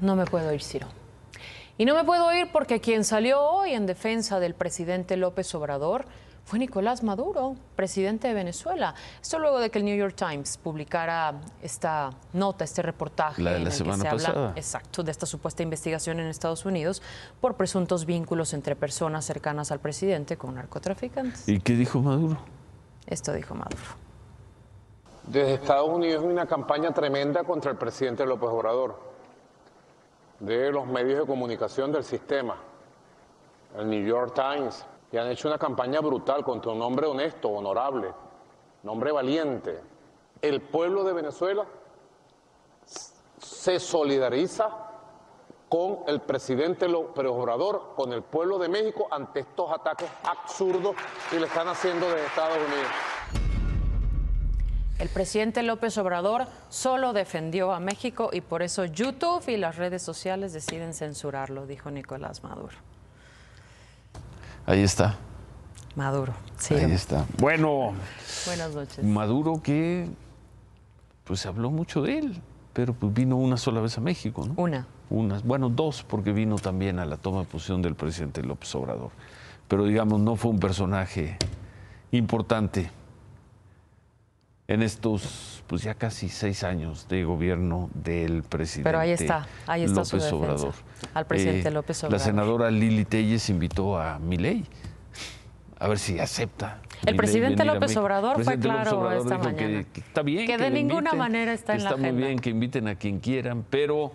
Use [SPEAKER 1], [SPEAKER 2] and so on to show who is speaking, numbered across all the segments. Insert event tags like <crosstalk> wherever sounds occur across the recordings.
[SPEAKER 1] no me puedo ir, Ciro. Y no me puedo ir porque quien salió hoy en defensa del presidente López Obrador fue Nicolás Maduro, presidente de Venezuela. Esto luego de que el New York Times publicara esta nota, este reportaje
[SPEAKER 2] La de la
[SPEAKER 1] en el
[SPEAKER 2] semana
[SPEAKER 1] que se
[SPEAKER 2] pasada.
[SPEAKER 1] habla exacto de esta supuesta investigación en Estados Unidos por presuntos vínculos entre personas cercanas al presidente con narcotraficantes.
[SPEAKER 2] ¿Y qué dijo Maduro?
[SPEAKER 1] Esto dijo Maduro.
[SPEAKER 3] Desde Estados Unidos hay una campaña tremenda contra el presidente López Obrador, de los medios de comunicación del sistema, el New York Times, y han hecho una campaña brutal contra un hombre honesto, honorable, un hombre valiente. El pueblo de Venezuela s- se solidariza con el presidente López Obrador, con el pueblo de México ante estos ataques absurdos que le están haciendo desde Estados Unidos.
[SPEAKER 1] El presidente López Obrador solo defendió a México y por eso YouTube y las redes sociales deciden censurarlo, dijo Nicolás Maduro.
[SPEAKER 2] Ahí está.
[SPEAKER 1] Maduro. Sí.
[SPEAKER 2] Ahí está. Bueno,
[SPEAKER 1] Buenas noches.
[SPEAKER 2] Maduro que pues se habló mucho de él, pero pues vino una sola vez a México, ¿no?
[SPEAKER 1] Una.
[SPEAKER 2] Unas, bueno, dos, porque vino también a la toma de posición del presidente López Obrador. Pero digamos, no fue un personaje importante en estos, pues ya casi seis años de gobierno del presidente.
[SPEAKER 1] Pero ahí está, ahí está su
[SPEAKER 2] López
[SPEAKER 1] defensa
[SPEAKER 2] Obrador. Eh,
[SPEAKER 1] al presidente López
[SPEAKER 2] La
[SPEAKER 1] Obrador.
[SPEAKER 2] senadora Lili Telles invitó a Milei a ver si acepta.
[SPEAKER 1] El
[SPEAKER 2] Milei
[SPEAKER 1] presidente
[SPEAKER 2] venir a
[SPEAKER 1] López
[SPEAKER 2] México.
[SPEAKER 1] Obrador fue
[SPEAKER 2] Presidente López
[SPEAKER 1] claro
[SPEAKER 2] Obrador
[SPEAKER 1] esta
[SPEAKER 2] dijo que-
[SPEAKER 1] mañana.
[SPEAKER 2] Que, está bien.
[SPEAKER 1] Que de
[SPEAKER 2] lo
[SPEAKER 1] ninguna
[SPEAKER 2] inviten,
[SPEAKER 1] manera está
[SPEAKER 2] que
[SPEAKER 1] en la
[SPEAKER 2] Está muy
[SPEAKER 1] agenda.
[SPEAKER 2] bien que inviten a quien quieran, pero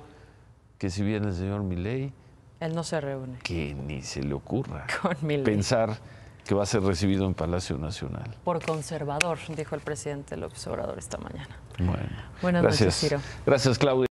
[SPEAKER 2] que si viene el señor Milei,
[SPEAKER 1] Él no se reúne.
[SPEAKER 2] que ni se le ocurra
[SPEAKER 1] <laughs> Con Milei.
[SPEAKER 2] pensar que va a ser recibido en Palacio Nacional.
[SPEAKER 1] Por conservador, dijo el presidente López Obrador esta mañana.
[SPEAKER 2] Bueno,
[SPEAKER 1] Buenas noches,
[SPEAKER 2] gracias.
[SPEAKER 1] Ciro.
[SPEAKER 2] Gracias, Claudia.